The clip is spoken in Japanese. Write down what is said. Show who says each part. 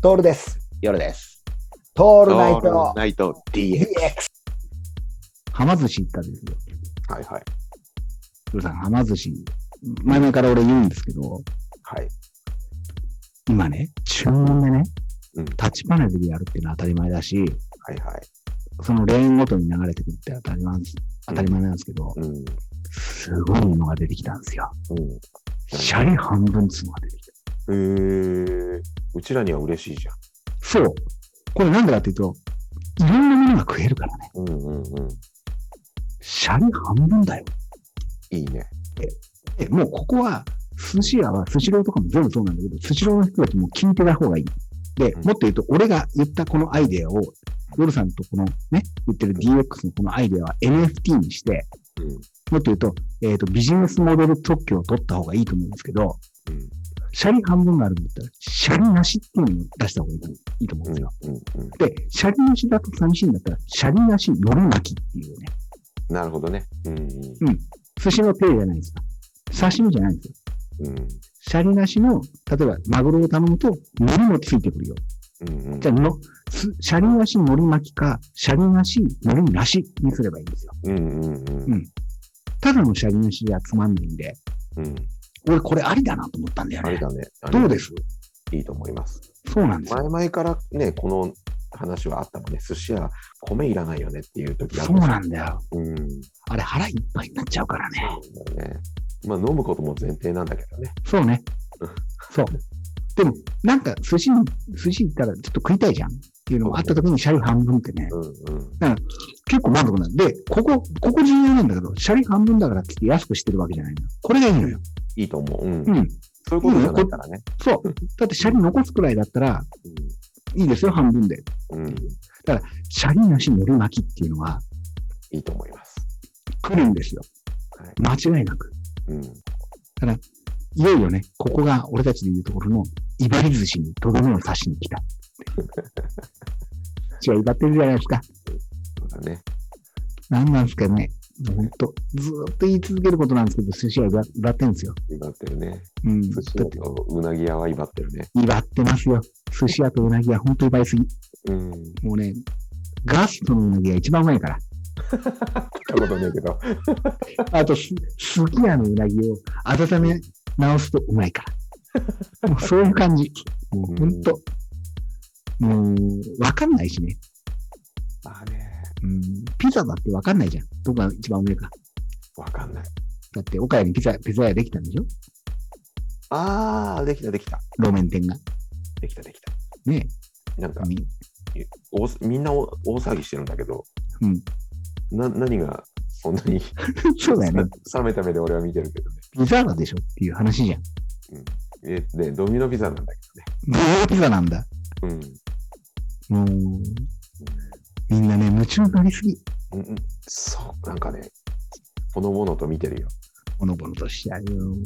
Speaker 1: トールです。
Speaker 2: 夜です。
Speaker 1: ト
Speaker 2: オ
Speaker 1: ールナイト
Speaker 2: ナイト
Speaker 1: DX
Speaker 2: DX。。
Speaker 3: はま寿司行ったんですよ。
Speaker 1: はいはい。
Speaker 3: ヨルさん、はま寿司。前々から俺言うんですけど、
Speaker 1: はい。
Speaker 3: 今ね、注文でね、
Speaker 1: うん
Speaker 3: 立ち離れでやるっていうのは当たり前だし、
Speaker 1: はいはい。
Speaker 3: そのレーンごとに流れてくるって当たり前なんです当たり前なんですけど、
Speaker 1: うん。うん。
Speaker 3: すごいものが出てきたんですよ。シャリ半分っつうのが出てきた。
Speaker 1: えー、うちらには嬉しいじゃん。
Speaker 3: そう。これなんでかっていうと、いろんなものが食えるからね。
Speaker 1: うんうんうん。
Speaker 3: シャリ半分だよ。
Speaker 1: いいね。
Speaker 3: え、もうここは、寿司屋は、スシローとかも全部そうなんだけど、スシローの人たちも聞いてた方がいい。で、
Speaker 1: うん
Speaker 3: もっと言うと、俺が言ったこのアイデアを、ヨルさんとこのね、言ってる DX のこのアイデアは NFT にして、
Speaker 1: うん。
Speaker 3: もっと言うと、えっ、と、ビジネスモデル特許を取った方がいいと思うんですけど、
Speaker 1: うん
Speaker 3: シャリ半分があるんだったら、シャリなしっていうのを出した方がいいと思ういいと思うんで
Speaker 1: うん
Speaker 3: すよ。
Speaker 1: うんうん。
Speaker 3: で、シャリなしだと寂しいんだったら、シャリなし夜巻きっていうね、
Speaker 1: なるほどね。うん
Speaker 3: 寿司のペイじゃないですか。刺身じゃないんですよ。
Speaker 1: うん。うん
Speaker 3: シャリなしの、例えばマグロを頼むと、海苔もついてくるよ。
Speaker 1: うんうん
Speaker 3: じゃあの、すシャリなし海苔巻きか、シャリなし海苔なしにすればいいんですよ。
Speaker 1: うんうんうん
Speaker 3: ただのシャリなしじゃつまんないんで、
Speaker 1: うん。
Speaker 3: 俺これありだなと思ったんだよ
Speaker 1: あり
Speaker 3: ね。
Speaker 1: だね。
Speaker 3: どうです
Speaker 1: いいと思います。
Speaker 3: そうなんです
Speaker 1: 前
Speaker 3: よ。
Speaker 1: 々からね、この話はあったもんね。寿司屋、米いらないよねっていう時あ
Speaker 3: そうなんだよ。
Speaker 1: うん。そ
Speaker 3: あれ腹いっぱいになっちゃうからね。
Speaker 1: うだよね。まあ飲むことも前提なんだけどね。
Speaker 3: そうね
Speaker 1: うん。
Speaker 3: そう。でも、なんか寿司に、寿司行ったらちょっと食いたいじゃんっていうのがあった時にシャリ半分ってね、
Speaker 1: うんうん。
Speaker 3: 結構満足なんで、ここ、ここ重要なんだけど、シャリ半分だからって言って安くしてるわけじゃないのよ。これがいいのよ。
Speaker 1: いいと思う。うん。
Speaker 3: うん。
Speaker 1: そういうことじゃないからね。
Speaker 3: そう。だってシャリ残すくらいだったら、いいですよ、半分で。
Speaker 1: うん。うん
Speaker 3: シャリなし海苔巻きっていうのは
Speaker 1: はいいと思います。
Speaker 3: 来るんですよ。
Speaker 1: はい。
Speaker 3: 間違いなく。
Speaker 1: うん。
Speaker 3: いよいよね、ここが俺たちでいうところの、いばり寿司にとどめを刺しに来 た。違う、いばってるじゃないですか。
Speaker 1: そうだね。
Speaker 3: なんなんですかね。ほんと、ずーっと言い続けることなんですけど、寿司は威張ってるんですよ。
Speaker 1: 威張ってるね。
Speaker 3: うん。
Speaker 1: 寿司
Speaker 3: だって、
Speaker 1: 屋とうなぎ屋は威張ってるね。
Speaker 3: 威張ってますよ。寿司屋とうなぎはほんと威張りすぎ。
Speaker 1: うん。見
Speaker 3: もうね、ガストのうなぎが一番うまいから。
Speaker 1: たことないけど。
Speaker 3: あとす、すき家のうなぎを温め直すとうまい から。もうそういう感じ。もうほんと。もう、わかんないしね。
Speaker 1: まあね、
Speaker 3: うん、ピザだってわかんないじゃん。どこが一番うめえか。
Speaker 1: わかんない。
Speaker 3: だって、岡谷にピザ、ピザ屋できたんでしょ
Speaker 1: あー、できたできた。
Speaker 3: 路面店が。
Speaker 1: できたできた。
Speaker 3: ね
Speaker 1: なんか、
Speaker 3: み
Speaker 1: おみんなお大騒ぎしてるんだけど、
Speaker 3: うん。
Speaker 1: な何がそんなに
Speaker 3: そうだよね。
Speaker 1: 冷めた目で俺は見てるけどね。
Speaker 3: ピザだでしょっていう話じゃん。
Speaker 1: えで、ドミノピザなんだ
Speaker 3: どうピザなんだ。
Speaker 1: けどね。
Speaker 3: もう、みんなね、夢中になりすぎ。
Speaker 1: うん。うんうん、そう、なんかね、ほのぼのと見てるよ。
Speaker 3: ほのぼのとしてあるよ。